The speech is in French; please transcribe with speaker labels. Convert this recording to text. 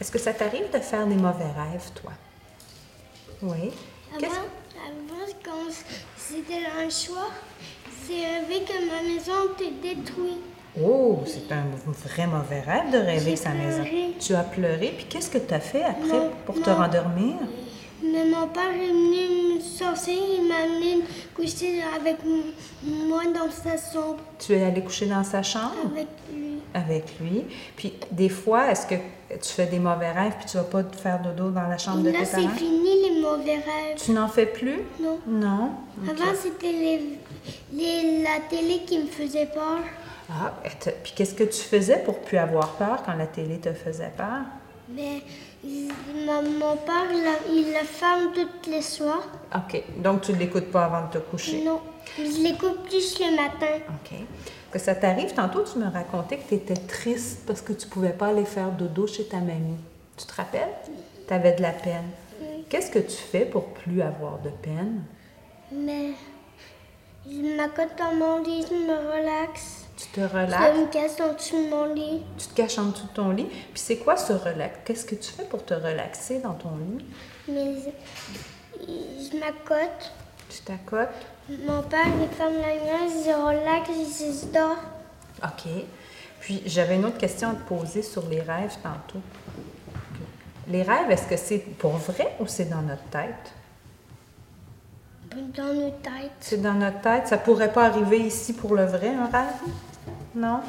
Speaker 1: Est-ce que ça t'arrive de faire des mauvais rêves, toi? Oui. Qu'est-ce-
Speaker 2: Avant, avant, quand c'était un choix, c'est rêver que ma maison était détruite.
Speaker 1: Oh, c'est un vrai mauvais rêve de rêver
Speaker 2: J'ai
Speaker 1: que sa maison.
Speaker 2: pleuré.
Speaker 1: Tu as pleuré, puis qu'est-ce que tu as fait après
Speaker 2: Non,
Speaker 1: pour te
Speaker 2: non.
Speaker 1: rendormir?
Speaker 2: Mais mon père est venu me sortir, il m'a amené coucher avec m- moi dans sa chambre,
Speaker 1: Tu es allé coucher dans sa chambre
Speaker 2: avec lui.
Speaker 1: avec lui. Puis des fois, est-ce que tu fais des mauvais rêves, puis tu vas pas te faire dodo dans la chambre de
Speaker 2: là,
Speaker 1: tes
Speaker 2: c'est
Speaker 1: parents?
Speaker 2: fini les mauvais rêves.
Speaker 1: Tu n'en fais plus?
Speaker 2: Non.
Speaker 1: Non. OK.
Speaker 2: Avant, c'était les, les- la télé qui me faisait peur.
Speaker 1: Ah, et t'as- puis qu'est-ce que tu faisais pour plus avoir peur quand la télé te faisait peur?
Speaker 2: Mais il- ma- mon père, la- il la ferme toutes les soirs.
Speaker 1: OK. Donc, tu ne l'écoutes pas avant de te coucher.
Speaker 2: Non, je l'écoute plus le matin.
Speaker 1: OK. Que ça t'arrive, tantôt, tu me racontais que tu étais triste parce que tu pouvais pas aller faire dodo chez ta mamie. Tu te rappelles? Tu avais de la peine. Qu'est-ce que tu fais pour plus avoir de peine?
Speaker 2: Mais je m'accote dans mon lit, je me relaxe.
Speaker 1: Tu te
Speaker 2: Je
Speaker 1: relaxes,
Speaker 2: me casse en dessous de mon lit.
Speaker 1: tu te caches en dessous de ton lit. Puis c'est quoi ce relax? Qu'est-ce que tu fais pour te relaxer dans ton lit?
Speaker 2: Mais je, je m'accote.
Speaker 1: Tu t'accotes.
Speaker 2: Mon père, il ferme la lumière, je relaxe, je, je dors.
Speaker 1: OK. Puis j'avais une autre question à te poser sur les rêves tantôt. Les rêves, est-ce que c'est pour vrai ou c'est dans notre tête?
Speaker 2: Dans nos têtes.
Speaker 1: C'est dans notre tête. Ça pourrait pas arriver ici pour le vrai, un rêve? Non?